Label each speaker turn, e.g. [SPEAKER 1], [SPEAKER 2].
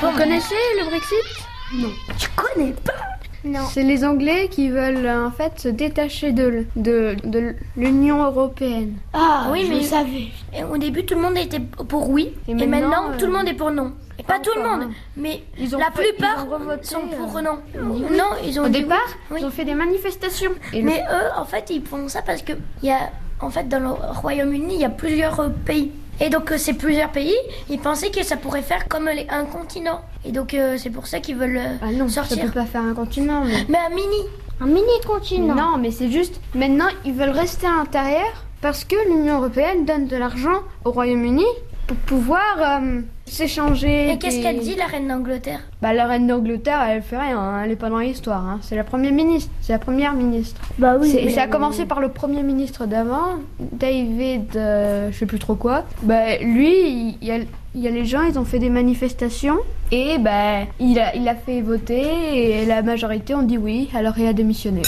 [SPEAKER 1] Vous connaissez le Brexit
[SPEAKER 2] Non.
[SPEAKER 1] Tu connais pas
[SPEAKER 2] Non. C'est les Anglais qui veulent euh, en fait se détacher de, l- de, de l'Union européenne.
[SPEAKER 3] Ah,
[SPEAKER 1] Oui,
[SPEAKER 3] oui,
[SPEAKER 1] mais-
[SPEAKER 3] mais je savais.
[SPEAKER 1] Et Au début, tout le monde était pour oui.
[SPEAKER 2] Et
[SPEAKER 1] Et
[SPEAKER 2] maintenant,
[SPEAKER 1] maintenant,
[SPEAKER 2] euh,
[SPEAKER 1] tout le monde est pour non. Et pas,
[SPEAKER 2] pas
[SPEAKER 1] tout le
[SPEAKER 2] encore,
[SPEAKER 1] monde,
[SPEAKER 2] hein.
[SPEAKER 1] mais
[SPEAKER 2] Ils ont
[SPEAKER 1] la
[SPEAKER 2] fait- ils
[SPEAKER 1] plupart
[SPEAKER 2] ont revoté,
[SPEAKER 1] sont pour
[SPEAKER 2] euh,
[SPEAKER 1] non.
[SPEAKER 2] oui.
[SPEAKER 1] Non, ils ont
[SPEAKER 2] Au
[SPEAKER 1] dit
[SPEAKER 2] départ,
[SPEAKER 1] oui.
[SPEAKER 2] ils ont fait des manifestations. Et
[SPEAKER 1] oui.
[SPEAKER 2] le-
[SPEAKER 1] Mais eux, en fait, ils font ça parce que il y a, en fait, dans le Royaume-Uni, il y a plusieurs euh, pays. Et donc, euh, ces plusieurs pays, ils pensaient que ça pourrait faire comme les- un continent. Et donc, euh, c'est pour ça qu'ils veulent euh,
[SPEAKER 2] Ah non, ça
[SPEAKER 1] sortir.
[SPEAKER 2] peut pas faire un continent. Mais...
[SPEAKER 1] Mais un mini.
[SPEAKER 3] Un mini continent.
[SPEAKER 2] Non, mais c'est juste, maintenant ils veulent rester à l'intérieur parce que l'Union Européenne donne de l'argent au Royaume-Uni pour pouvoir euh, s'échanger.
[SPEAKER 1] Et qu'est-ce
[SPEAKER 2] des-
[SPEAKER 1] qu'elle dit, la reine d'Angleterre
[SPEAKER 2] Bah la reine d'Angleterre, elle fait rien, hein, elle est pas dans l'histoire. hein. C'est la première ministre, c'est la première ministre.
[SPEAKER 3] Bah
[SPEAKER 2] C'est- ça a
[SPEAKER 1] euh,
[SPEAKER 2] commencé par le premier ministre d'avant, David, euh, je sais plus trop quoi. Bah lui, il y, a- il y a les gens, ils ont fait des manifestations et bah il a, il a fait voter et la majorité ont dit oui, alors il a démissionné.